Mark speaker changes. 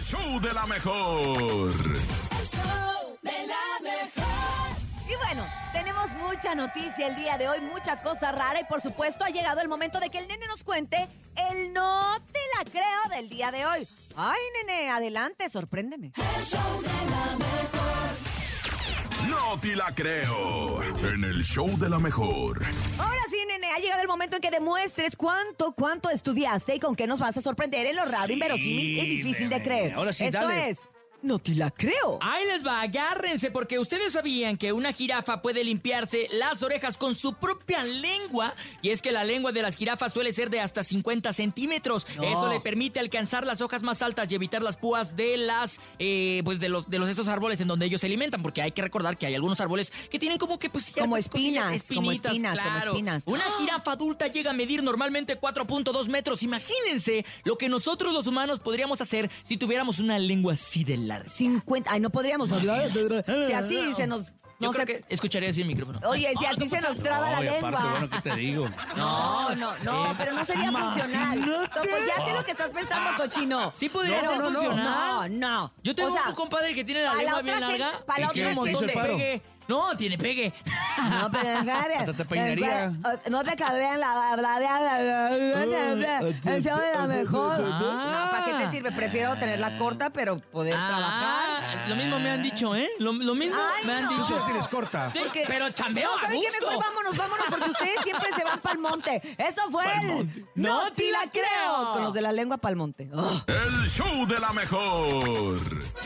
Speaker 1: show de la mejor.
Speaker 2: El show de la mejor.
Speaker 3: Y bueno, tenemos mucha noticia el día de hoy, mucha cosa rara y por supuesto ha llegado el momento de que el nene nos cuente el no te la creo del día de hoy. Ay, nene, adelante, sorpréndeme.
Speaker 2: El show de la mejor.
Speaker 1: No te la creo. En el show de la mejor.
Speaker 3: Ahora sí, nene, ha llegado el momento en que demuestres cuánto, cuánto estudiaste y con qué nos vas a sorprender en lo raro,
Speaker 4: Sí,
Speaker 3: inverosímil y difícil de
Speaker 4: nene,
Speaker 3: creer.
Speaker 4: ahora sí,
Speaker 3: Esto
Speaker 4: dale. Ah.
Speaker 3: es, no te la creo.
Speaker 5: Ahí les va, agárrense, porque ustedes sabían que una jirafa puede limpiarse las orejas con su propia lengua. Y es que la lengua de las jirafas suele ser de hasta 50 centímetros. Esto le permite alcanzar las hojas más altas y evitar las púas de las, eh, pues de los, de los estos árboles en donde ellos se alimentan. Porque hay que recordar que hay algunos árboles que tienen como que pues ciertas
Speaker 3: Como
Speaker 5: cosillas,
Speaker 3: espinas, como
Speaker 5: espinitas,
Speaker 3: espinas, como
Speaker 5: claro.
Speaker 3: espinas.
Speaker 5: Una
Speaker 3: ¡Ah!
Speaker 5: jirafa adulta llega a medir normalmente 4.2 metros. Imagínense lo que nosotros los humanos podríamos hacer si tuviéramos una lengua así de larga.
Speaker 3: 50, ay, no podríamos. si así se nos...
Speaker 5: Yo
Speaker 3: No
Speaker 5: creo
Speaker 3: se-
Speaker 5: que escucharía así el micrófono.
Speaker 3: Oye, si
Speaker 5: Ah,
Speaker 3: así
Speaker 5: ¿qué
Speaker 3: se
Speaker 5: pasa?
Speaker 3: nos traba la
Speaker 4: pues, Ay,
Speaker 3: lengua.
Speaker 4: aparte, bueno, ¿qué te digo?
Speaker 3: No, no,
Speaker 5: Eh,
Speaker 3: no, pero no sería funcional. Topo, ya sé lo que estás pensando, cochino.
Speaker 5: Ah, Sí podría
Speaker 3: no,
Speaker 5: ser
Speaker 3: no, no,
Speaker 5: funcional.
Speaker 3: No, no.
Speaker 5: Yo tengo
Speaker 3: O sea,
Speaker 5: un compadre que tiene la
Speaker 3: pa' la
Speaker 5: lengua
Speaker 3: otra
Speaker 5: bien
Speaker 3: gente-
Speaker 5: larga
Speaker 3: pa' la
Speaker 5: y tiene
Speaker 3: otra
Speaker 5: un
Speaker 3: gente.
Speaker 5: montón de
Speaker 4: ¿Te hizo el paro?
Speaker 5: pegue. No, tiene pegue.
Speaker 3: No, pero déjame.
Speaker 4: Hasta te peinaría.
Speaker 3: Eh, No te cabrean la. la- la- la- la- la- la- la- El show de la mejor.
Speaker 5: Ah.
Speaker 3: No, ¿para qué te sirve? Prefiero tenerla corta, pero poder trabajar.
Speaker 5: Ah, lo mismo me han dicho, ¿eh? Lo, lo mismo
Speaker 3: Ay,
Speaker 5: me han
Speaker 3: no.
Speaker 5: dicho.
Speaker 3: Tú sí la
Speaker 4: tienes corta.
Speaker 5: Sí,
Speaker 3: Porque-
Speaker 5: pero chambeo
Speaker 3: no,
Speaker 5: a
Speaker 3: ¿saben qué?
Speaker 5: gusto.
Speaker 3: Mejor vámonos, vámonos, porque ustedes siempre se van pa'l monte. Eso fue el...
Speaker 5: No
Speaker 3: ¡No
Speaker 5: te
Speaker 3: te la
Speaker 5: la creo!
Speaker 3: creo! Con los de la lengua pa'l monte. Ugh.
Speaker 1: El show de la mejor.